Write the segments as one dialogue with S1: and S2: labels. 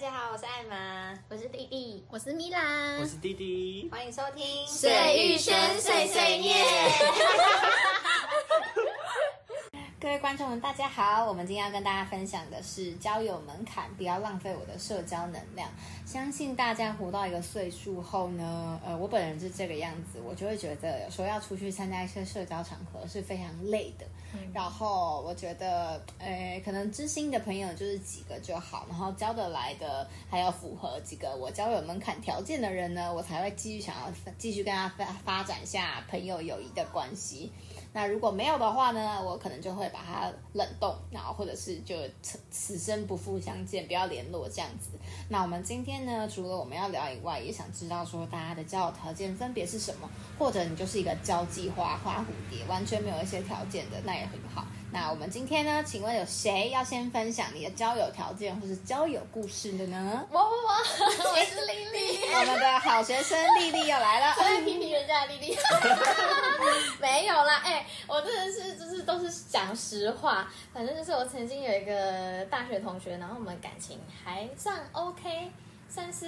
S1: 家好，我是艾玛，
S2: 我是弟弟，
S3: 我是米兰
S4: 我，是弟弟，
S1: 欢迎收听《
S3: 水玉轩碎碎念》。
S1: 各位观众们，大家好！我们今天要跟大家分享的是交友门槛，不要浪费我的社交能量。相信大家活到一个岁数后呢，呃，我本人是这个样子，我就会觉得有时候要出去参加一些社交场合是非常累的。然后我觉得，呃，可能知心的朋友就是几个就好，然后交得来的，还有符合几个我交友门槛条件的人呢，我才会继续想要继续跟他发发展下朋友友谊的关系。那如果没有的话呢，我可能就会把它冷冻，然后或者是就此此生不复相见，不要联络这样子。那我们今天呢，除了我们要聊以外，也想知道说大家的交友条件分别是什么，或者你就是一个交际花花蝴蝶，完全没有一些条件的，那也很好。那我们今天呢，请问有谁要先分享你的交友条件或是交友故事的呢？
S2: 我我我， 我是丽丽，
S1: 我们的好学生丽丽又来了
S2: 我。在批评人家的丽丽， 没有啦，哎、我真的是就是都是讲实话，反正就是我曾经有一个大学同学，然后我们感情还算 OK，算是。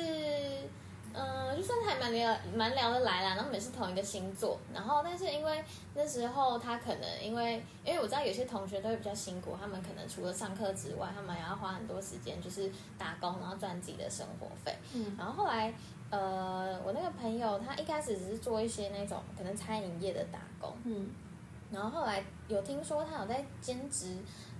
S2: 嗯，就算还蛮聊蛮聊得来啦，然后我们也是同一个星座，然后但是因为那时候他可能因为因为我知道有些同学都会比较辛苦，他们可能除了上课之外，他们还要花很多时间就是打工，然后赚自己的生活费。嗯，然后后来呃，我那个朋友他一开始只是做一些那种可能餐饮业的打工，
S1: 嗯，
S2: 然后后来有听说他有在兼职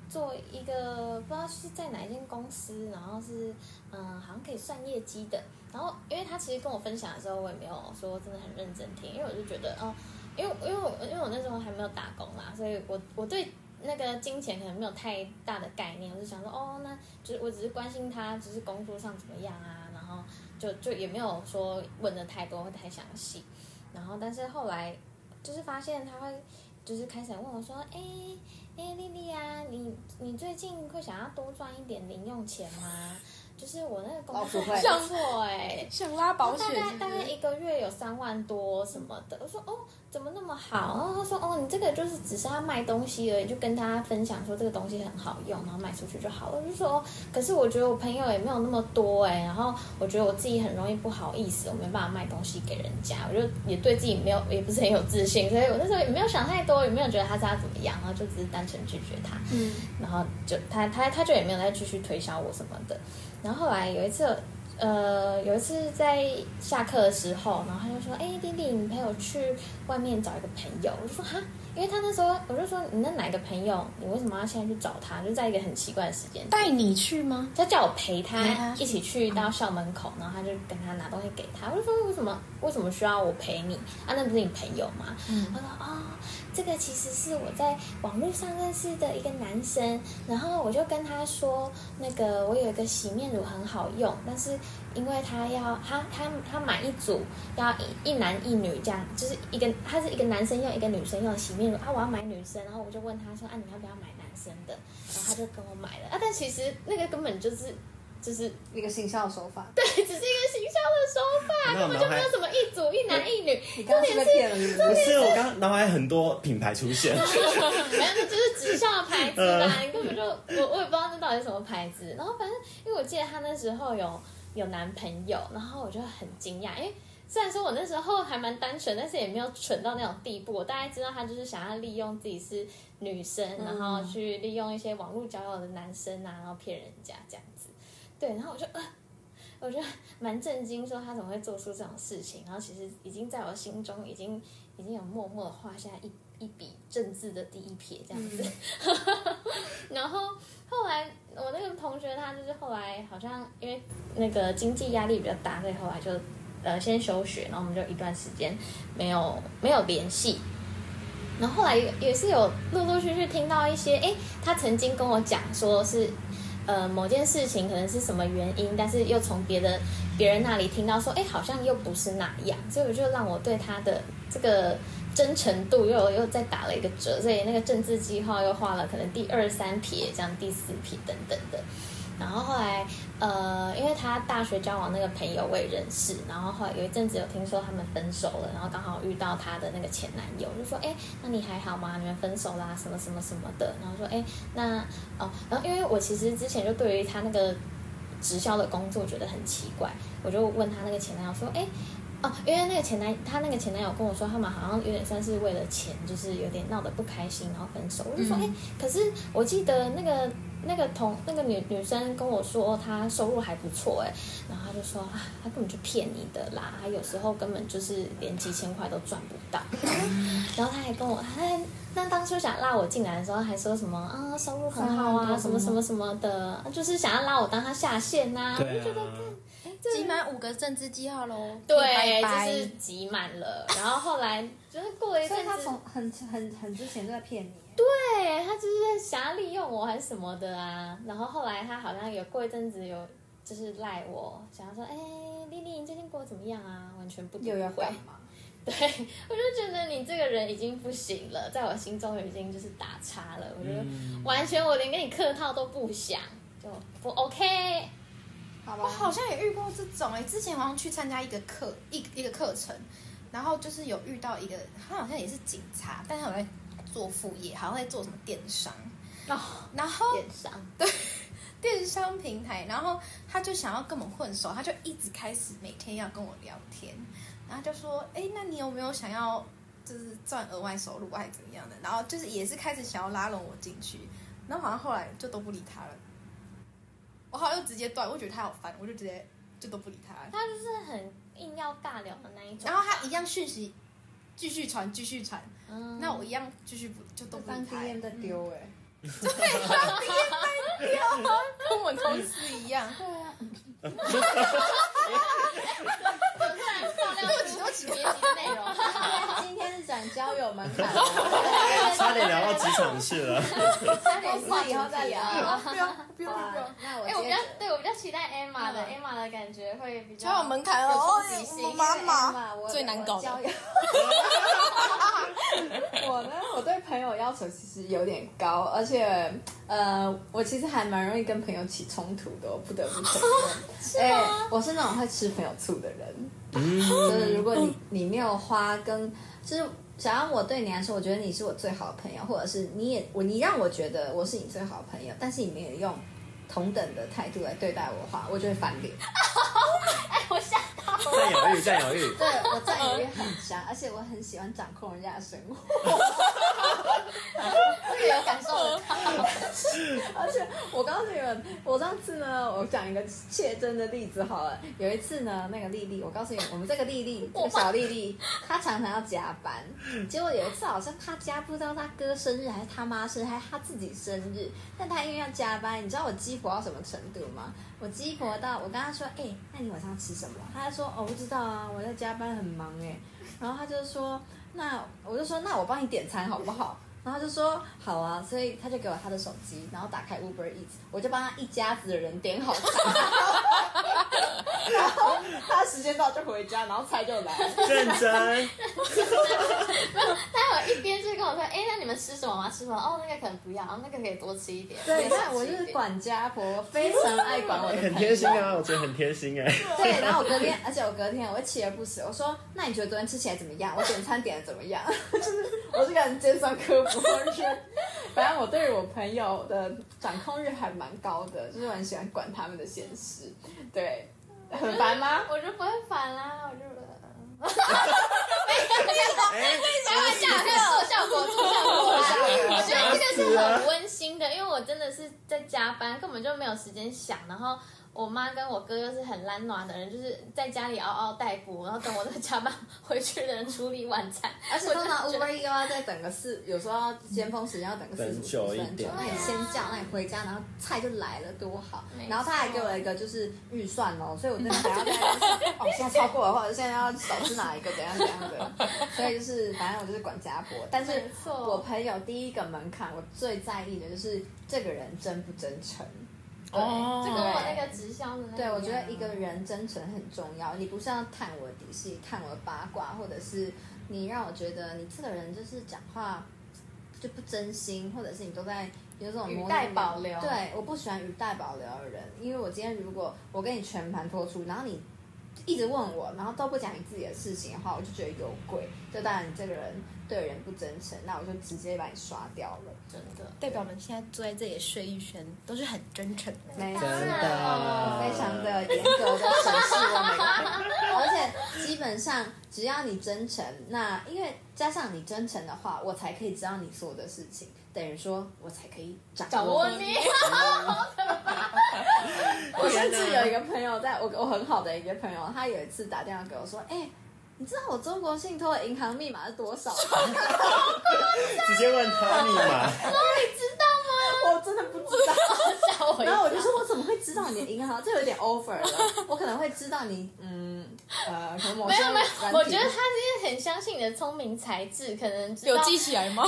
S2: 做一个不知道是在哪一间公司，然后是嗯好像可以算业绩的。然后因为他其实跟我分享的时候，我也没有说真的很认真听，因为我就觉得哦，因为因为我因为我那时候还没有打工啦，所以我我对。那个金钱可能没有太大的概念，我就想说，哦，那就是我只是关心他，就是工作上怎么样啊，然后就就也没有说问的太多或太详细，然后但是后来就是发现他会就是开始问我说：“哎、哎，丽丽啊，你你最近会想要多赚一点零用钱吗？就是我那个工作
S1: 老鼠会
S2: 不错哎、
S3: 嗯想拉保
S2: 大概
S3: 是不
S2: 大
S3: 是
S2: 概一个月有三万多什么的。我说哦，怎么那么好？然后他说哦，你这个就是只是要卖东西而已，就跟大家分享说这个东西很好用，然后卖出去就好了。我就说、哦，可是我觉得我朋友也没有那么多哎、然后我觉得我自己很容易不好意思，我没办法卖东西给人家，我就也对自己没有也不是很有自信，所以我那时候也没有想太多，也没有觉得他是要怎么样，然后就只是单纯拒绝他。
S3: 嗯，
S2: 然后就他他他就也没有再继续推销我什么的。然后后来有一次，呃，有一次在下课的时候，然后他就说：“哎、弟弟，你陪我去外面找一个朋友。”我就说：“哈。”因为他那时候，我就说你那哪个朋友，你为什么要现在去找他？就在一个很奇怪的时间点，
S3: 带你去吗？
S2: 他叫我陪他
S3: 陪他去
S2: 一起去到校门口，然后他就跟他拿东西给他。我就说为什么为什么需要我陪你啊？那不是你朋友吗？
S1: 嗯
S2: 他说哦，这个其实是我在网络上认识的一个男生，然后我就跟他说，那个我有一个洗面乳很好用，但是因为他要他他他买一组，要一一男一女这样，就是一个他是一个男生用一个女生用的洗面乳啊，我要买女生，然后我就问他说啊你要不要买男生的，然后他就跟我买了啊，但其实那个根本就是就是
S1: 一个行销手法，
S2: 对，只是一个行销的手法，
S4: 没有
S2: 根本就
S4: 脑海
S2: 没有什么一组一男一女，
S1: 你刚刚是被骗了是不
S4: 不
S1: 是？
S4: 是我刚刚脑海很多品牌出现，
S2: 没有，就是纸上的牌子吧，
S4: 嗯
S2: 你根本就我我也不知道那到底是什么牌子。然后反正因为我记得她那时候有有男朋友，然后我就很惊讶，因为虽然说我那时候还蛮单纯，但是也没有蠢到那种地步。我大概知道她就是想要利用自己是女生，然后去利用一些网络交友的男生啊，然后骗人家这样子。对，然后我就呃。我就蛮震惊，说她怎么会做出这种事情？然后其实已经在我心中已经已经有默默的画下一一笔政治的第一撇这样子。 然后后来我那个同学他就是后来好像因为那个经济压力比较大，所以后来就呃先休学，然后我们就一段时间没有没有联系。然后后来也也是有陆陆续续听到一些，诶，他曾经跟我讲说是，呃，某件事情可能是什么原因，但是又从别的别人那里听到说，诶，好像又不是那样，所以我就让我对他的这个真诚度又又再打了一个折，所以那个政治记号又画了可能第二三撇，这样第四撇等等的。然后后来，呃，因为他大学交往那个朋友我也认识，然后后来有一阵子有听说他们分手了，然后刚好遇到他的那个前男友，就说，哎，那你还好吗？你们分手啦，什么什么什么的。然后说，哎，那哦，然后因为我其实之前就对于他那个直销的工作觉得很奇怪，我就问她那个前男友说，哎、哦，因为那个前男，她那个前男友跟我说，他们好像有点算是为了钱，就是有点闹得不开心，然后分手。我就说，哎、
S1: 嗯
S2: 可是我记得那个那个同那个女女生跟我说，她收入还不错，哎，然后她就说，啊，她根本就骗你的啦，她有时候根本就是连几千块都赚不到。 然后她还跟我，她还那当初想拉我进来的时候，还说什么啊，收入很好
S1: 三万多
S2: 啊，什么什么什么的，啊就是想要拉我当她下线呐、我
S4: 对
S2: 就觉得
S4: 啊，
S3: 集满五个政治记号喽。
S2: 对，
S3: 拜拜
S2: 就是挤满了。然后后来就是过了一
S1: 所
S2: 阵
S1: 以他
S2: 子
S1: 从，很很很之前就在骗你。
S2: 对他就是想要利用我还是什么的啊。然后后来他好像有过一阵子有就是赖我，想要说，哎、丽丽，你最近过得怎么样啊？完全不理
S1: 又要
S2: 会
S1: 干。嘛？
S2: 对，我就觉得你这个人已经不行了，在我心中已经就是打叉了。我觉得
S4: 嗯
S2: 完全我连跟你客套都不想，就不 OK。
S1: 好吧，
S3: 我好像也遇过这种哎、之前好像去参加一个课一一个课程，然后就是有遇到一个，他好像也是警察，但他有在做副业，好像在做什么电商，
S2: 哦，
S3: 然后
S2: 点伤。
S3: 电商平台，然后他就想要跟我们混熟，他就一直开始每天要跟我聊天，然后就说，哎，那你有没有想要就是赚额外收入，还是怎么样的？然后就是也是开始想要拉拢我进去，然后好像后来就都不理他了，我好像就直接断，我觉得他好烦，我就直接就都不理他了。
S2: 他就是很硬要尬聊的那一种。
S3: 然后他一样讯息继续传，继续传，
S2: 嗯
S3: 那 我一样继续不就都不理
S1: 翻
S3: 他了，
S1: DM 在丢哎、
S3: 跟 我同事一 样。
S1: 对啊，
S2: 爆料出 别集内容。
S1: 今天是讲交友门槛，
S4: 差点聊到职场去了。
S1: 三点四以后再聊。
S3: 啊不用不用不
S1: 哇
S3: 用，
S1: 那我
S2: 哎、
S1: 接
S2: 我比较
S1: 着。
S2: 对我比较期待 Emma 的、
S3: 嗯
S2: Emma 的感觉会比
S3: 交
S2: 较
S3: 友门槛哦，
S2: 有同理心
S3: 我妈妈。
S1: 嘛，我
S3: 最难搞
S1: 我
S3: 的
S1: 交友我呢，我对朋友要求其实有点高，而且呃，我其实还蛮容易跟朋友起冲突的，我不得不承认。哎、我 是那种会吃朋友醋的人，就是如果你你没有花跟就是。想要我对你来说，我觉得你是我最好的朋友，或者是你也我你让我觉得我是你最好的朋友，但是你没有用同等的态度来对待我的话，我就会翻脸。
S2: 我吓到了。
S4: 占有欲，占有欲。
S1: 对我占有欲很强，而且我很喜欢掌控人家的生活。
S2: 这个有感受得到。
S1: 而且我告诉你们，我上次呢，我讲一个切真的例子好了。有一次呢，那个丽丽，我告诉你们，我们这个丽丽，这个小丽丽，她常常要加班。结果有一次好像她加不知道她哥生日还是她妈生日还是她自己生日，但她因为要加班，你知道我鸡婆到什么程度吗？我鸡婆到我跟她说，哎、那你晚上吃什么？她就说，哦，不知道啊，我在加班很忙哎、然后她就说，那我就说，那我帮你点餐好不好？然后他就说好啊，所以他就给我他的手机，然后打开 Uber Eats，我就帮他一家子的人点好餐， 然后他时间到就回家，然后菜就来了。
S4: 认真，
S2: 他有一边就跟我说：“哎、那你们吃什么吗？吃什么？哦，那个可能不要，哦，那个可以多吃一点。”
S1: 对，那我就是管家婆，我非常爱管我的
S4: 很
S1: 朋友
S4: 贴。心啊，我觉得很贴心哎。
S1: 对，然后我隔天，而且我隔天我会锲而不舍，我说那你觉得昨天吃起来怎么样？我点餐点的怎么样？ 就是我这个人尖酸刻薄，就是 反正我对于我朋友的掌控欲还蛮高的，就是我很喜欢管他们的闲事，对，很烦 吗？
S2: 我就不会反啦，我就。
S4: 哎，
S2: 开玩笑，开玩笑，做效果，做效果啦。我觉得这个是很温馨的，因为 我真的是在加班，根本就没有时间想。然后我妈跟我哥又是很懒暖的人，就是在家里嗷嗷待哺，然后等我在加班回去的人处理晚 餐。
S1: 而且通常 Uber 又要再等个四，有时候要尖峰时间要等个四
S4: 等
S1: 十五
S4: 久一
S1: 分钟
S4: 点。
S1: 那你先叫，那你回家，然后菜就来了，多好
S2: 没。错
S1: 然后他还给我一个就是预算 哦，所以我真的还要再就是哦，现在超过的话，我现在要少吃哪一个，怎样怎样的。 所以就是反正我就是管家婆，但是
S2: 没错
S1: 我朋友第一个门槛，我最在意的就是这个人真不真诚。对
S4: 哦
S2: 就跟我那个直销的那个
S1: 对，
S2: 样
S1: 我觉得一个 人真诚很重要。你不是要探我的底细、探我的八卦，或者是你让我觉得你这个人就是讲话就不真心，或者是你都在有这种
S2: 语
S1: 模棱
S2: 带
S1: 两
S2: 保留
S1: 对，我不喜欢语带保留的人，因为我今天如果我跟你全盘托出，然后你一直问我，然后都不讲你自己的事情的话，我就觉得有鬼。就当然你这个人对人不真诚，那我就直接把你刷掉了。
S2: 真的。
S3: 代表我们现在坐在这里的薛玉轩都是很真诚的。
S1: 没哦错，
S4: 真的
S1: 非常的严格的审视我每个人，而且基本上只要你真诚，那因为加上你真诚的话，我才可以知道你所有的事情，等于说我才可以掌
S2: 掌
S1: 握
S2: 握
S1: 你。
S2: 你，
S1: 我甚至有一个朋友在，我我很好的一个朋友，他有一次打电话给我说：“哎、你知道我中国信托的银行密码是多少吗？”
S4: 直接问他密码，
S1: 我真的不知道。
S2: 吓我一
S1: 然后 我
S2: 跳。
S1: 就说，我怎么会知道你的银行？这有点 over 了。我可能会知道你，嗯，呃，可能某
S2: 没
S1: 些
S2: 有没有，我
S1: 软
S2: 觉
S1: 体
S2: 得他是很相信你的聪明才智，可能知道
S3: 起来吗？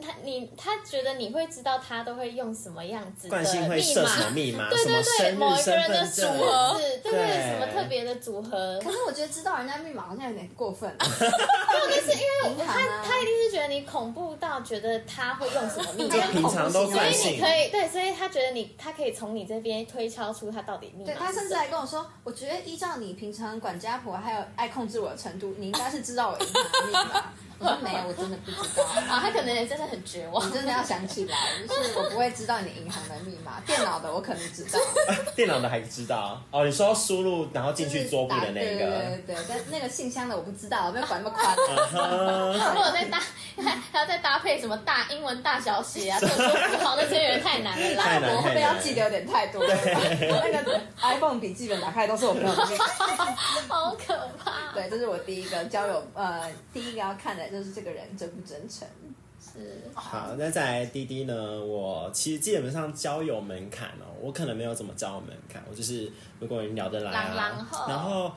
S2: 他你他觉得你会知道他都会用什么样子的
S4: 惯性会
S2: 密
S4: 设
S2: 码，
S4: 什么密码，
S2: 对
S4: 什么
S2: 对对，
S4: 生
S2: 某
S4: 日、
S2: 一个
S4: 身
S2: 人的
S4: 份
S2: 组
S4: 证，
S2: 合，对对
S4: 对
S2: 什么特别的组合，
S1: 可是我觉得知道人家密码好像有点过 分了。
S2: 因为
S1: 银行
S2: 他
S1: 啊
S2: 他一定是觉得你恐怖到觉得他会用什么密
S4: 就
S2: 码
S1: 他。
S4: 平常都
S2: 所以
S4: 惯
S2: 你
S4: 性
S2: 可，以对，所以他觉得你，他可以从你这边推敲出他到底密码
S1: 对
S2: 是什么。
S1: 他甚至还跟我说，我觉得依照你平常管家婆还有爱控制我的程度，你应该是知道我银行密码。我说没有，我真的不知道。
S2: 啊，他可能也真的很绝
S1: 你
S2: 望。
S1: 真的要想起来，就是我不会知道你银行的密码，电脑的我可能知道，
S4: 电脑的还知道哦。你说输入然后进去桌布的那
S1: 就是打对
S4: 个，
S1: 对对对，但那个信箱的我不知道，我没有管那么宽。
S2: 如果再搭 还还要再搭配什么大英文大小写啊，特殊符号那些人太难了
S4: 太
S2: 啦。
S4: 难
S1: 我会不会要记得有点太多了？我那个 iPhone 笔记本打开都是我朋友的密码。
S2: 好可怕。
S1: 对，这是我第一个交友，呃，第一个要看的就是这个人真不真诚。
S2: 是
S4: 好，那再来滴滴呢？我其实基本上交友门槛哦，我可能没有怎么交友门槛，我就是如果你聊得来
S2: 朗朗
S4: 啊
S2: 后，
S4: 然后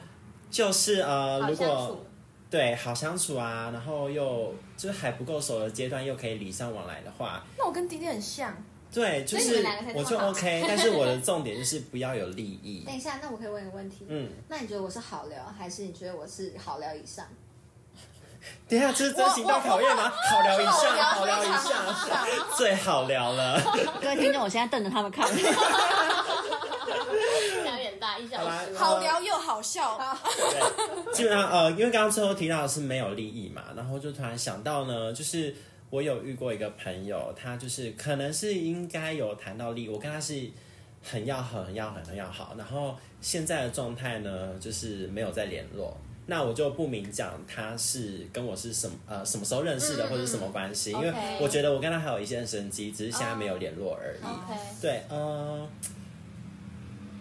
S4: 就是呃，
S2: 好
S4: 如
S2: 相
S4: 果
S2: 处。
S4: 对好相处啊，然后又就是还不够熟的阶段，又可以礼尚往来的话，
S3: 那我跟迪迪很像，
S4: 对，就
S2: 所以你
S4: 是
S2: 们两个才这么
S4: 我就
S2: 好
S4: OK，但是我的重点就是不要有利益
S1: 等。一下，那我可以问一个问题，
S4: 嗯，
S1: 那你觉得我是好聊，还是你觉得我是好聊以上？
S4: 等一下，这是真情大考验吗？好聊一下，好聊一下，最好聊了。
S1: 各位听众，我现在瞪着他们看。
S2: 两眼大一小时。
S4: 好
S3: 好
S4: 聊
S3: 聊又好笑。
S4: 对，基本上呃，因为刚刚最后提到的是没有利益嘛，然后就突然想到呢，就是我有遇过一个朋友，他就是可能是应该有谈到利益，我跟他是很要好、很要好、很要好，然后现在的状态呢，就是没有再联络。那我就不明讲他是跟我是什么呃什么时候认识的，
S2: 嗯
S4: 或者什么关系，因
S1: OK
S4: 为我觉得我跟他还有一线生机，只是现在没有联络而已。
S2: OK，
S4: 对，嗯，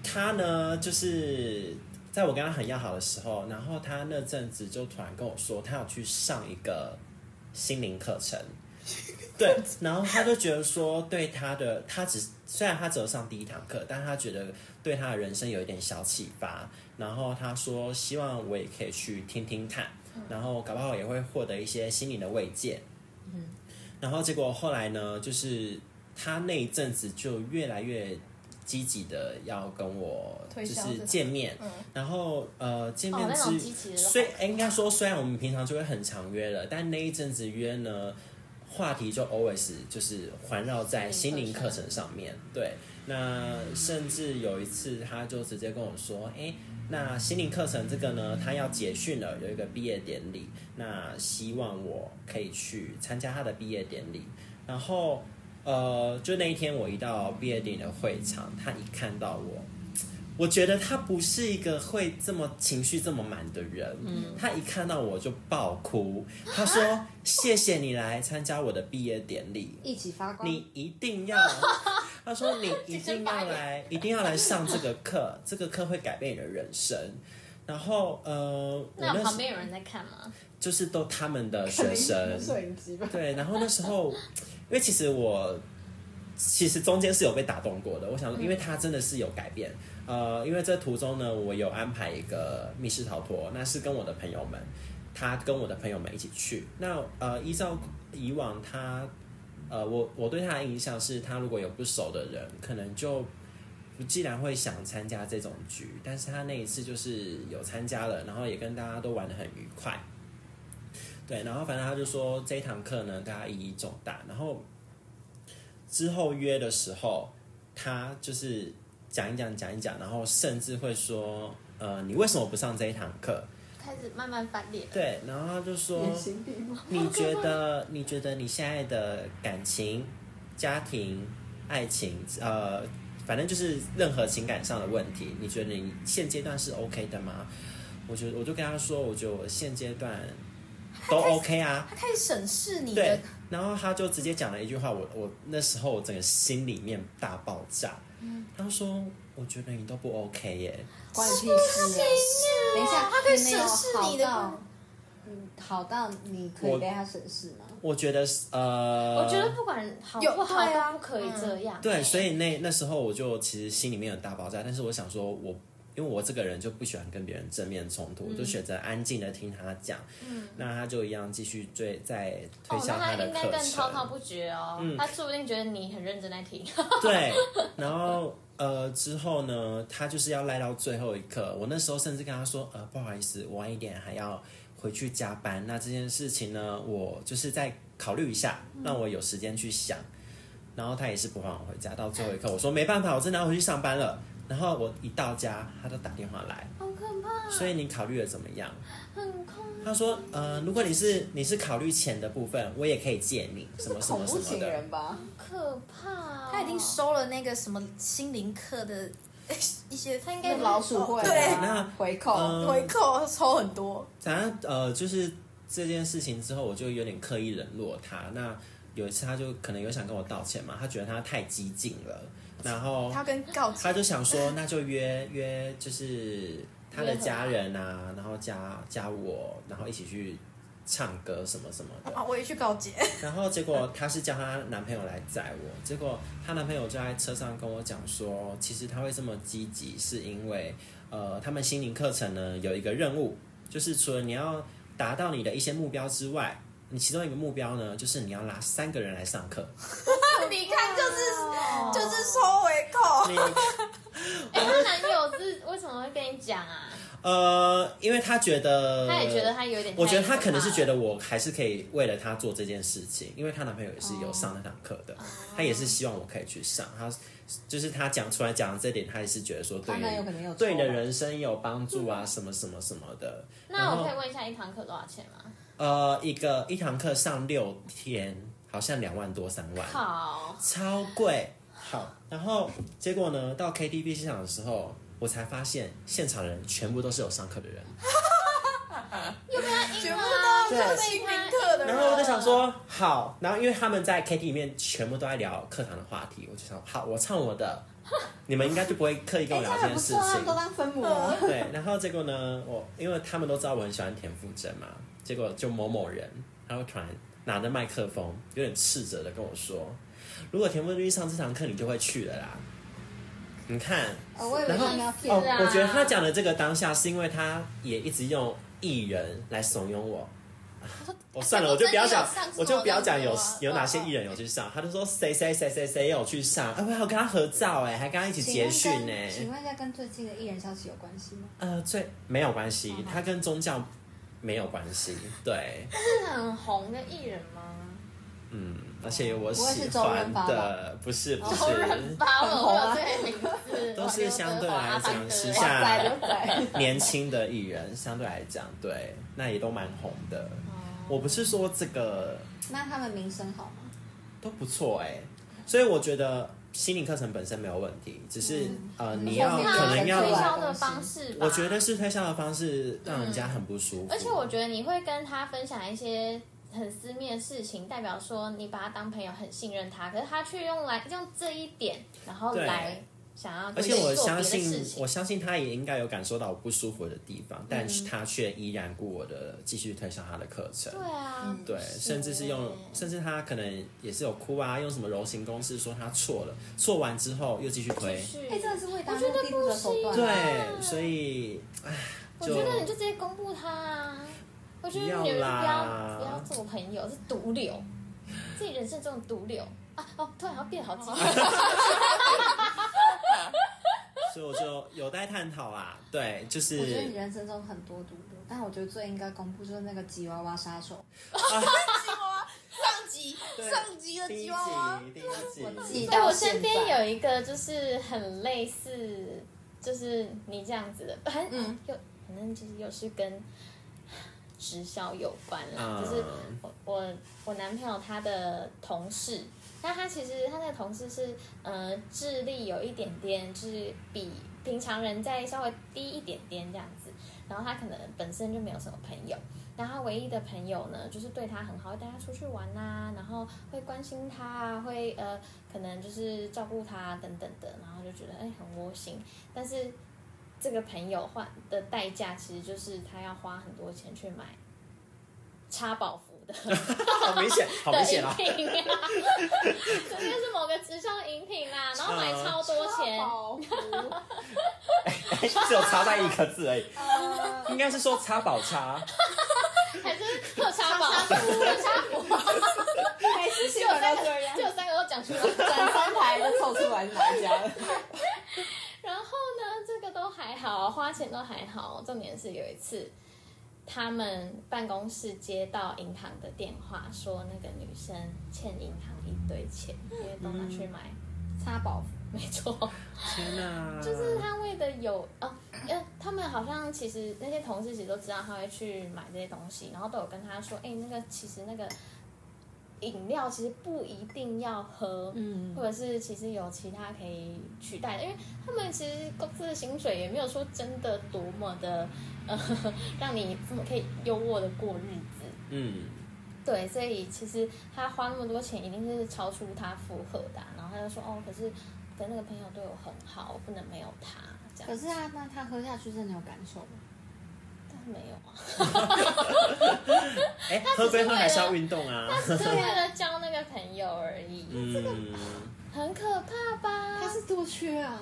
S4: 他呢，就是在我跟他很要好的时候，然后他那阵子就突然跟我说，他要去上一个心灵课 程。对，然后他就觉得说，对他的他只虽然他只有上第一堂课，但他觉得对他的人生有一点小启发。然后他说，希望我也可以去听听看，
S3: 嗯
S4: 然后搞不好也会获得一些心灵的慰藉。嗯，然后结果后来呢，就是他那一阵子就越来越积极的要跟我就
S3: 推销
S4: 是
S3: 这种
S4: 见面，
S3: 嗯
S4: 然后呃见面
S2: 哦那
S4: 之、
S2: 种积极的都好
S4: 虽应该说虽然我们平常就会很常约了，但那一阵子约呢，话题就 always 就是环绕在心
S2: 心灵
S4: 灵课
S2: 课程
S4: 程上面。对，那甚至有一次他就直接跟我说，哎、那心灵课程这个呢，他要结训了，有一个毕业典礼，那希望我可以去参加他的毕业典礼。然后，呃，就那一天我一到毕业典礼的会场，他一看到我，我觉得他不是一个会这么情绪这么满的人。
S2: 嗯
S4: 他一看到我就爆哭，他
S2: 啊
S4: 说：“谢谢你来参加我的毕业典礼。”
S1: 一起发光。
S4: 你一定要， 他说你一定要来，一定要来上这个 课，这个课会改变你的人生。然后呃，我
S2: 那
S4: 那
S2: 旁
S4: 时
S2: 边有人在看吗？
S4: 就是都他们的学生，
S1: 摄影机吧。
S4: 对，然后那时候，因为其实我其实中间是有被打动过的。我想说，因为他真的是有改变。呃，因为这途中呢，我有安排一个密室逃脱，那是跟我的朋友们，他跟我的朋友们一起去。那呃，依照以往他，呃，我我对他的印象是，他如果有不熟的人，可能就不既然会想参加这种局，但是他那一次就是有参加了，然后也跟大家都玩得很愉快。对，然后反正他就说这一堂课呢，大家意义重大。然后之后约的时候，他就是讲一讲讲一讲，然后甚至会说，呃，你为什么不上这一堂课？
S2: 开始慢慢翻脸了。
S4: 对，然后他就说，你觉得你觉得你现在的感情、家庭、爱情，呃，反正就是任何情感上的问题，你觉得你现阶段是 OK 的吗？我觉得我就跟他说，我觉得我现阶段都 OK 啊。
S3: 他开始审视你
S4: 对
S3: 的，，
S4: 然后他就直接讲了一句话，我我那时候我整个心里面大爆炸。
S2: 嗯
S4: 他说：“我觉得你都不 OK 耶。
S1: 关你屁事啊！等一下，
S3: 他可以
S1: 你没有
S3: 审视你的
S1: 好到，嗯，好到你可以
S4: 我
S1: 被他审视吗？”
S4: 我觉得是呃，
S2: 我觉得不管好
S3: 有
S2: 不好
S3: 对啊
S2: 都不可以这样。
S4: 对，所以那那时候我就其实心里面有大爆炸，但是我想说我，因为我这个人就不喜欢跟别人正面冲
S2: 嗯
S4: 突，我就选择安静的听他讲。嗯，那他就一样继续追在推
S2: 哦，
S4: 销
S2: 那他
S4: 的
S2: 应该
S4: 课
S2: 更滔
S4: 程。嗯
S2: 滔不绝哦，他说不定觉得你很认真在听。
S4: 对，然后呃之后呢，他就是要赖到最后一刻。我那时候甚至跟他说，呃，不好意思，晚一点还要回去加班。那这件事情呢，我就是再考虑一下，让我有时间去想。
S1: 嗯
S4: 然后他也是不放我回家，到最后一刻，我说没办法，我真的要回去上班了。然后我一到家，他就打电话来，
S2: 好可怕，
S4: 所以你考虑的怎么样？
S2: 很恐怖。
S4: 他说，呃，如果你是你是考虑钱的部分，我也可以借你什么什啊
S1: 恐
S4: 么什
S1: 怖
S4: 么
S1: 情
S4: 的。
S1: 人吧？
S2: 可怕哦、
S3: 他已经收了那个什么心灵课的一些，他应
S1: 那老鼠会啊
S3: 对
S4: 那
S1: 回扣，
S4: 嗯
S3: 回扣抽很多，
S4: 反正呃，就是这件事情之后，我就有点刻意冷落他。那有一次，他就可能有想跟我道歉嘛，他觉得他太激进了，然后
S3: 他跟告
S4: 他
S3: 解
S4: 就想说，那就约约，就是他的家人啊，然后加加我，然后一起去唱歌什么什么的。
S3: 啊，我也去告解，
S4: 然后结果她是叫她男朋友来载我，结果她男朋友就在车上跟我讲说，其实他会这么积极，是因为呃，他们心灵课程呢有一个任务，就是除了你要达到你的一些目标之外，你其中一个目标呢，就是你要拉三个人来上课。
S3: 你看 就是
S2: 哦
S3: 就是收回扣，
S4: 你
S2: 哎、她男友是为什么会跟你讲啊？
S4: 呃，因为她觉得，
S2: 他也觉得他有点太，
S4: 呃我觉得她可能是觉
S2: 得
S4: 得我还是可以为了她做这件事情，因为她男朋友也是有上那堂课的，她也是希望我可以去上。她就是她讲出来讲这点，她也是觉得说对
S1: 她男友可能有
S4: 你
S1: 抽吧
S4: 对你的人生有帮助啊，什么什么什么的。
S2: 那
S4: 然
S2: 我可
S4: 后
S2: 以问一下，一堂课多少钱吗？
S4: 呃，一个一堂课上六天，好像两万多三万，
S2: 好，
S4: 超贵。好，然后结果呢，到 KTV 现场的时候，我才发现现场人全部都是有上课的人。
S3: 全部
S2: 啊
S3: 都
S4: 对
S3: 是心灵课的人。
S4: 然后我就想
S1: 啊
S4: 说，好，然后因为他们在 K T 里面全部都在聊课堂的话题，我就想，好，我唱我 的，你们应该就不会刻意跟我聊
S1: 他
S4: 这
S1: 还
S4: 件
S1: 不
S4: 事
S1: 错啊，都
S4: 情。
S1: 当分母了。
S4: 对，然后结果呢，我因为他们都知道我很喜欢田馥甄嘛，结果就某某人，他会突然拿着麦克风，有点斥责的跟我说，如果田馥甄去上这堂课，你就会去了啦。你看，
S1: 哦我以为
S4: 然后
S1: 他们要骗
S4: 哦
S1: 人，
S2: 啊
S4: 我觉得他讲的这个当下，是因为他也一直用艺人来怂恿我。我算了，我就不要讲
S3: 上次，
S4: 我就不要讲有
S3: 我上次
S4: 有哪些艺人有去上。他就说谁谁谁谁谁有去上，哎，我还有跟他合照哎，还跟他一起
S1: 请问
S4: 结
S1: 跟
S4: 训呢。
S1: 请问一下，跟最近的艺人消息有关系吗？
S4: 呃，最没有关系，他跟宗教没有关系。对，
S2: 是很红的艺人吗？
S4: 嗯，而且有我
S1: 不会是
S4: 喜
S1: 周润
S4: 欢
S1: 发吧
S4: 的，不是不
S2: 红人
S4: 是，
S2: 吧，
S1: 很
S2: 我
S1: 红
S2: 有
S1: 啊
S2: 这个名 字，
S4: 都是相对来讲时
S2: 哇
S4: 下
S1: 仔牛仔，
S4: 年轻的艺人相对来讲，对，那也都蛮红的。
S2: 哦
S4: 我不是说这个
S1: 那他们名声好吗？
S4: 都不错哎、所以我觉得心理课程本身没有问题，只是、
S2: 嗯
S4: 呃，你要
S1: 后面
S4: 可能要
S1: 还
S2: 推
S1: 有一些
S2: 销的方式吧，
S4: 我觉得是推销的方式让人家很不舒服。
S2: 嗯而且我觉得你会跟他分享一些很私密的事情，代表说你把他当朋友，很信任他。可是他却用来用这一点，然后
S4: 对
S2: 来想要
S4: 而
S2: 跟你
S4: 且我
S2: 做别
S4: 相
S2: 的事
S4: 信，
S2: 情
S4: 我。相信他也应该有感受到我不舒服的地方，但是他却依然故我的继续推销他的课程。
S2: 嗯对啊，
S4: 对，甚至是用，甚至他可能也是有哭啊，用什么柔情公式说他错了，错完之后又继续推。
S2: 是
S1: 哎，真的是为达
S2: 我
S1: 目
S2: 觉得
S1: 的不择手段。
S2: 不行啊
S4: 对，所以，唉，
S2: 我
S4: 就
S2: 觉得你就直接公布他啊！我觉得
S4: 不要
S2: 女人不
S4: 啦
S2: 要不要做朋友，是毒瘤，自己人生中的毒瘤啊！哦，突然要变好激动，
S4: 所以我就有待探讨啊。对，就是
S1: 我觉得你人生中很多毒瘤，但我觉得最应该公布就是那个吉娃娃杀手。
S3: 上集
S4: 对
S3: 上集的
S4: 第一
S3: 吉娃娃，
S4: 集，第一
S1: 记
S4: 集，
S2: 哎，
S1: 到
S2: 我
S1: 现
S2: 身
S1: 在
S2: 边有一个就是很类似，就是你这样子的，反正
S3: 嗯
S2: 又反正就是又是跟直销有关啦，
S4: 嗯
S2: 就是我我我男朋友他的同事。那他其实他的同事是，呃，智力有一点点，就是比平常人再稍微低一点点这样子。然后他可能本身就没有什么朋友，然后他唯一的朋友呢，就是对他很好，会带他出去玩呐、然后会关心他啊，会呃，可能就是照顾他啊等等的，然后就觉得哎、很窝心。但是这个朋友换的代价，其实就是他要花很多钱去买插保服的
S4: 好明显，好明
S2: 的
S4: 显
S2: 饮
S4: 啊！
S2: 品啊， 这就是某个直销饮品啦、然后买
S4: 嗯
S2: 超多 钱，
S4: 只有差那一个字而已，
S1: 呃
S4: 应该是说插宝插，
S2: 还是特插保
S1: 插
S3: 嗯
S2: 特插服，
S1: 每次新闻都这样
S2: 就，有三个都讲出来。
S1: 整三台都凑出来是哪一家的？
S2: 然后呢，这个都还好，花钱都还好。重点是有一次，他们办公室接到银行的电话，说那个女生欠银行一堆钱，因为都拿去买。
S1: 插宝
S2: 没错，
S4: 天哪！
S2: 就是他为的有哦，因为他们好像其实那些同事其实都知道他会去买这些东西，然后都有跟他说，哎，那个其实那个饮料其实不一定要喝，
S1: 嗯
S2: 或者是其实有其他可以取代的，因为他们其实公司的薪水也没有说真的多么的呃， 让你这么可以优渥的过日子。
S4: 嗯，
S2: 对，所以其实他花那么多钱，一定是超出他负荷的啊、然后他就说：“哦，可是可那个朋友对我很好，我不能没有他。”这样
S1: 可，是他那他喝下去真的有感受吗？
S2: 但是没有啊，
S4: 哎、喝归喝还是要运动啊。
S2: 只是为了交那个朋友而已，
S4: 嗯，
S2: 很可怕吧
S1: 他？是多缺啊！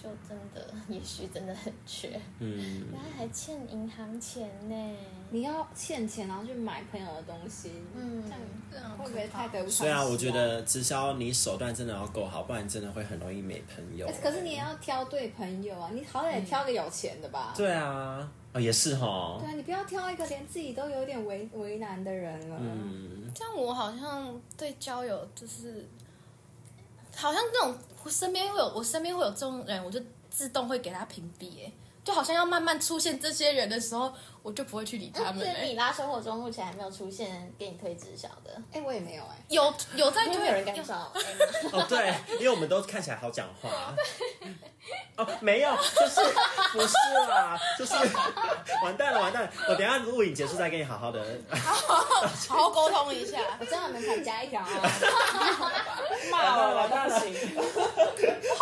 S2: 就真的，也许真的很缺，
S4: 嗯，
S2: 他还欠银行钱呢。
S1: 你要欠钱，然后去买朋友的东西，
S2: 嗯
S1: 这样
S3: 会
S1: 会不会太得不偿失？
S4: 对啊，我觉。得直销你手段真的要够好，不然真的会很容易没朋友、
S1: 哎可是你也要挑对朋友啊，你好歹也挑个有钱的吧。
S4: 对啊，哦也是哈
S1: 对，啊，你不要挑一个连自己都有点为为难的人啊了。
S4: 嗯，
S3: 像我好像对交友就是，好像那种我身边会有我身边会有这种人，我就自动会给他屏蔽、欸。就好像要慢慢出现这些人的时候，我就不会去理他们、
S2: 是
S3: 欸
S2: 你。啦，生活中目前还没有出现给你推直销的，
S1: 哎、我也没有哎、
S3: 有有在
S2: 因为
S3: 就
S2: 没有人敢找 Emma。
S4: 哦对，因为我们都看起来好讲话。哦，没有，就是不是啦，就是完蛋了，完蛋了！我等一下录影结束再跟你好好的，
S3: 好好沟通一下。
S1: 我知道你们才加一条啊，
S4: 骂我完蛋了，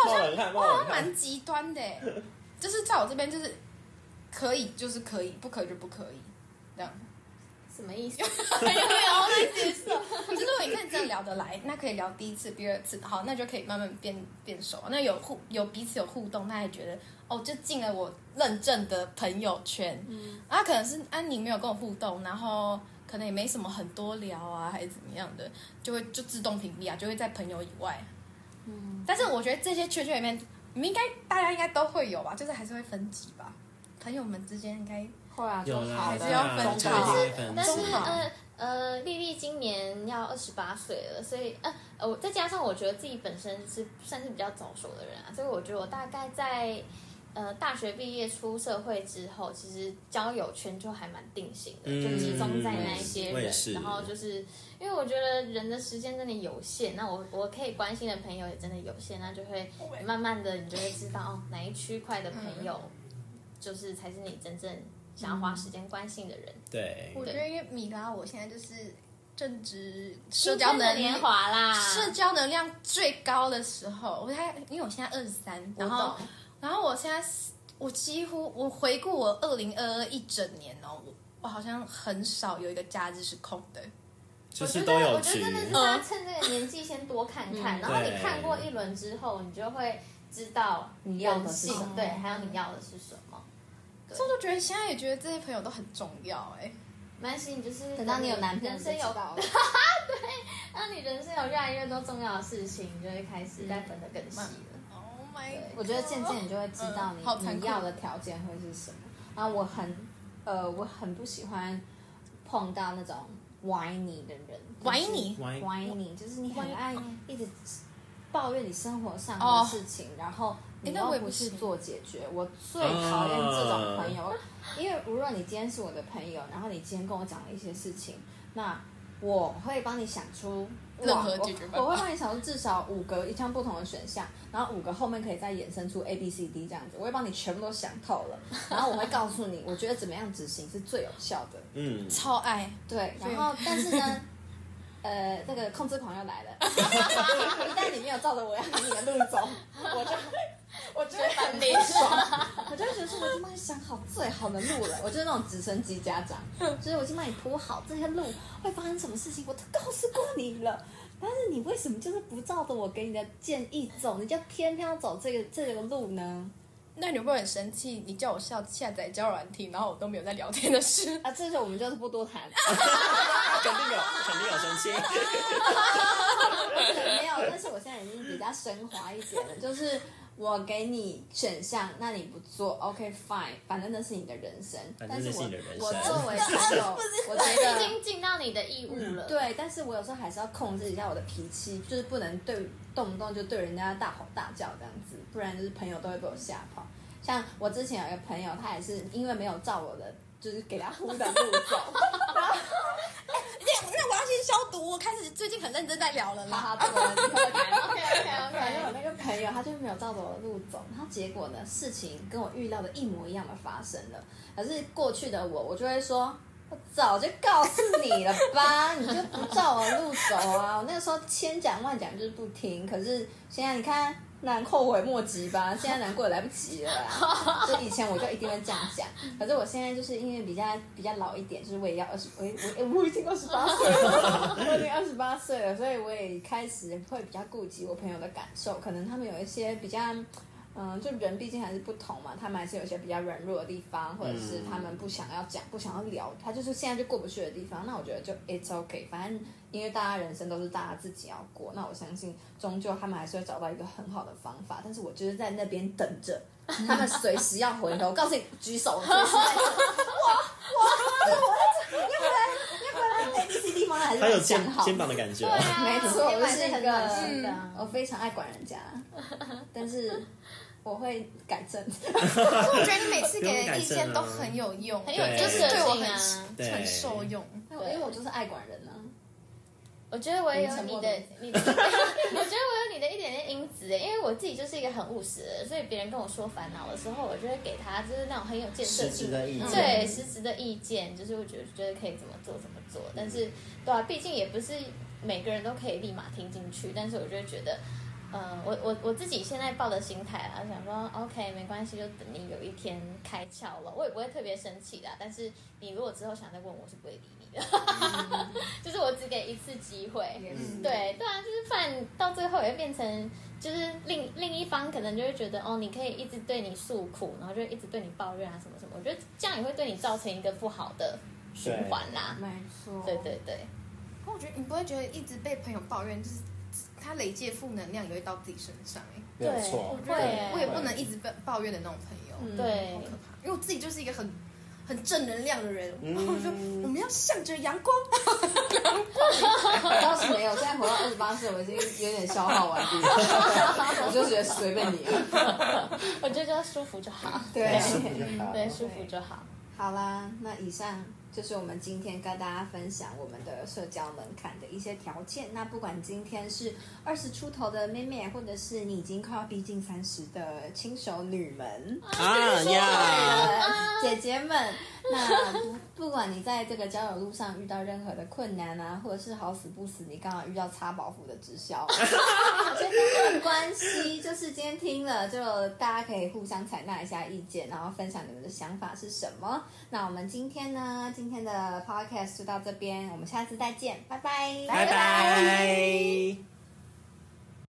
S4: 冒冷汗，冒
S3: 我好
S4: 冷
S3: 像
S4: 汗，
S3: 蛮极端的欸，就是在我这边就是可以就是可以，不可以就不可以，这样。
S2: 什么意思？
S3: 没有 在接受， 就是如果你看真的聊得来，那可以聊第一次、第二次，好，那就可以慢慢变变熟。那有互有彼此有互动，那也觉得哦，就进了我认证的朋友圈。嗯，啊，可能是安宁没有跟我互动，然后可能也没什么很多聊啊，还是怎么样的，就会就自动屏蔽啊，就会在朋友以外。嗯，但是我觉得这些圈圈里面，你们应该大家应该都会有吧，就是还是会分级吧，朋友们之间应该
S1: 会啊，
S4: 有
S1: 就
S4: 啦，
S1: 好
S3: 还是
S1: 的，
S3: 要分
S4: 这个一定会分
S2: 但是
S4: 是
S2: 呃呃，丽丽今年要二十八岁了，所以呃呃，我再加上我觉得自己本身是算是比较早熟的人啊，所以我觉得我大概在呃大学毕业出社会之后，其实交友圈就还蛮定型的，
S4: 嗯
S2: 就集中在那一些
S4: 我也
S2: 人，
S4: 是
S2: 然后就是因为我觉得人的时间真的有限，那我我可以关心的朋友也真的有限，那就会慢慢的你就会知道哦哪一区块的朋友就是才是你真正想要花时间关心的人。
S4: 对，
S3: 我觉得因为米拉，我现在就是正值社
S2: 社
S3: 交能力
S2: 年华啦，
S3: 社交能量最高的时候，我才因为我现在二十三，然后然后我现在是我几乎我回顾我二零二二一整年哦，我我好像很少有一个假日是空的，
S4: 就是都有
S2: 我觉
S4: 局
S2: 得，真的是大家趁这个年纪先多看看，然后你
S4: 对
S2: 看过一轮之后，你就会知道
S1: 你要的是
S2: 性
S1: 什么
S2: 对，还有你要的是什么。
S3: 所以我就觉得现在也觉得这些朋友都很重要哎、
S2: 没关系，你就是
S1: 等到你有男朋友
S2: 人
S1: 你就
S2: 生
S1: 知
S2: 有，
S1: 道了，
S2: 当你人生有越来越多重要的事情，你就会开始再分得更细了。
S3: Oh my，
S2: 对
S3: God
S1: 我觉得渐渐你就会知道你、
S3: 嗯好残酷
S1: 你要的条件会是什么。然后我很呃，我很不喜欢碰到那种歪你的人，
S3: 歪
S1: 就
S3: 你
S1: 是
S4: 歪
S1: 歪你，就是你很
S3: 歪
S1: 爱
S3: 嗯
S1: 一直抱怨你生活上
S3: 哦
S1: 的事情，然后你
S3: 诶哎那
S1: 又
S3: 我也
S1: 不
S3: 不
S1: 去
S3: 行
S1: 做解决。我最讨厌这种朋友，因为无论你今天是我的朋友，然后你今天跟我讲了一些事情，那我会帮你想出。
S3: 任
S1: 哇
S3: 何解决办法
S1: 我，我会帮你想出至少五个一项不同的选项，然后五个后面可以再衍生出 A B C D 这样子，我会帮你全部都想透了，然后我会告诉你，我觉得怎么样执行是最有效的。
S4: 嗯，
S3: 超爱，
S1: 对，
S3: 对
S1: 然后但是呢，呃，那个控制狂又来了，一旦你没有照着我要你的路走，我就我就会很不爽，我就会觉得说我已经帮你想好最好的路了，我就是那种直升机家长，就是我已经帮你铺好这些路会发生什么事情，我都告诉过你了。但是你为什么就是不照着我给你的建议走，你就偏偏要走这个这个路呢？
S3: 那你会不会很生气？你叫我下下载交友软体，然后我都没有在聊天的事，
S1: 啊，这就我们就是不多谈。
S4: 肯定有，肯定有生气。
S1: 没有，但是我现在已经比较升华一点了，就是我给你选项，那你不做，OK fine，反正那是你的人生。
S4: 反
S1: 但
S4: 正
S1: 是
S4: 那是
S1: 我
S4: 你的人生
S1: 我作为朋 友，我觉
S2: 已
S1: 得
S2: 经尽到你的义务了。
S1: 对，但是我有时候还是要控制一下我的脾气，就是不能对动不动就对人家大吼大叫这样子，不然就是朋友都会被我吓跑。像我之前有一个朋友，他也是因为没有照我的，就是给他铺的路 走，
S3: 那那我要先消毒。我开始最近很认真在聊了
S1: 哈
S3: 啦。
S1: 哈，这个我们以后再谈
S2: OK OK
S1: 反正我
S2: OK，
S1: 那个朋友他就没有照着我的路走，然后结果呢，事情跟我预料的一模一样的发生了。可是过去的我，我就会说，我早就告诉你了吧，你就不照我的路走啊！我那个时候千讲万讲就是不听，可是现在你看。难后悔莫及吧，现在难过也来不及了啊啦。就以前我就一定会这样讲，可是我现在就是因为比较比较老一点，就是我也要二十，我也我也我已经二十八岁了，我已经二十八岁了，所以我也开始会比较顾及我朋友的感受，可能他们有一些比较。嗯，就人毕竟还是不同嘛，他们还是有一些比较软弱的地方，或者是他们不想要讲、不想要聊，他就是现在就过不去的地方。那我觉得就 it's okay，反正因为大家人生都是大家自己要过，那我相信终究他们还是会找到一个很好的方法。但是我就是在那边等着，他们随时要回头，我告诉你举手，我随时在等。我我我在这，你回来，你回来，A B C D 吗？还是
S4: 他有肩
S1: 讲好？
S4: 肩膀的感觉，
S2: 对啊，
S1: 没错，我
S2: 我
S1: 是
S2: 是
S1: 一
S2: 很
S1: 个
S2: 暖心的。
S1: 我非常爱管人家，但是我会改正。
S3: 我觉得你每次
S4: 不用
S3: 给的
S4: 改
S3: 意
S4: 正
S3: 见都
S4: 啊
S3: 很有用，
S2: 很有
S4: 对
S3: 就是对我
S2: 建设性
S3: 很
S2: 啊
S4: 对
S3: 很受用。
S1: 因为我就是爱管人啊。
S2: 我觉得我也有
S1: 我们
S2: 你
S1: 沉
S2: 的
S1: 默了，
S2: 你的，我觉 得我有你的一点点因子欸耶，因为我自己就是一个很务实的人，所以别人跟我说烦恼的时候，我就会给他就是那种很有建设
S4: 实质
S2: 性
S4: 的意见。
S2: 对实质的意见，就是我觉得觉得可以怎么做怎么做，但是对啊，毕竟也不是每个人都可以立马听进去，但是我就会觉得，呃，我我我自己现在抱的心态啊，想说 OK 没关系，就等你有一天开窍了，我也不会特别生气的啊，但是你如果之后想再问我，我是不会理你的， 就是我只给一次机会，
S1: 是
S2: 对对啊，就是不然到最后也会变成，就是另另一方可能就会觉得哦，你可以一直对你诉苦，然后就一直对你抱怨啊什么什么，我觉得这样也会对你造成一个不好的循环啦。
S1: 没错。
S2: 对对对，
S3: 我觉得你不会觉得一直被朋友抱怨，就是他累积的负能量也会到自己身上、欸。
S4: 没有错，
S2: 对
S4: 对
S3: 我也不能一直被抱怨的那种朋友，
S1: 嗯
S2: 对
S3: 好可怕。因为我自己就是一个很很正能量的人，
S4: 嗯
S3: 然后我说我们要向着阳光。
S1: 倒是没有，现在活到二十八岁，我已经有点消耗完毕了。我就觉得随便你了。
S2: 我觉得就舒服就好，
S1: 对
S4: 舒服就好。
S2: 对，舒服就好。
S1: 好啦，那以上就是我们今天跟大家分享我们的社交门槛的一些条件。那不管今天是二十出头的妹妹，或者是你已经快要逼近三十的轻熟女们，
S4: 啊呀，
S1: 姐姐们，那不不管你在这个交友路上遇到任何的困难啊，或者是好死不死你刚好遇到擦保服的直销， 我觉得没有关系，就是今天听了，就大家可以互相采纳一下意见，然后分享你们的想法是什么。那我们今天呢，今天的 podcast 就到这边，我们下次再见，拜拜，
S4: 拜拜。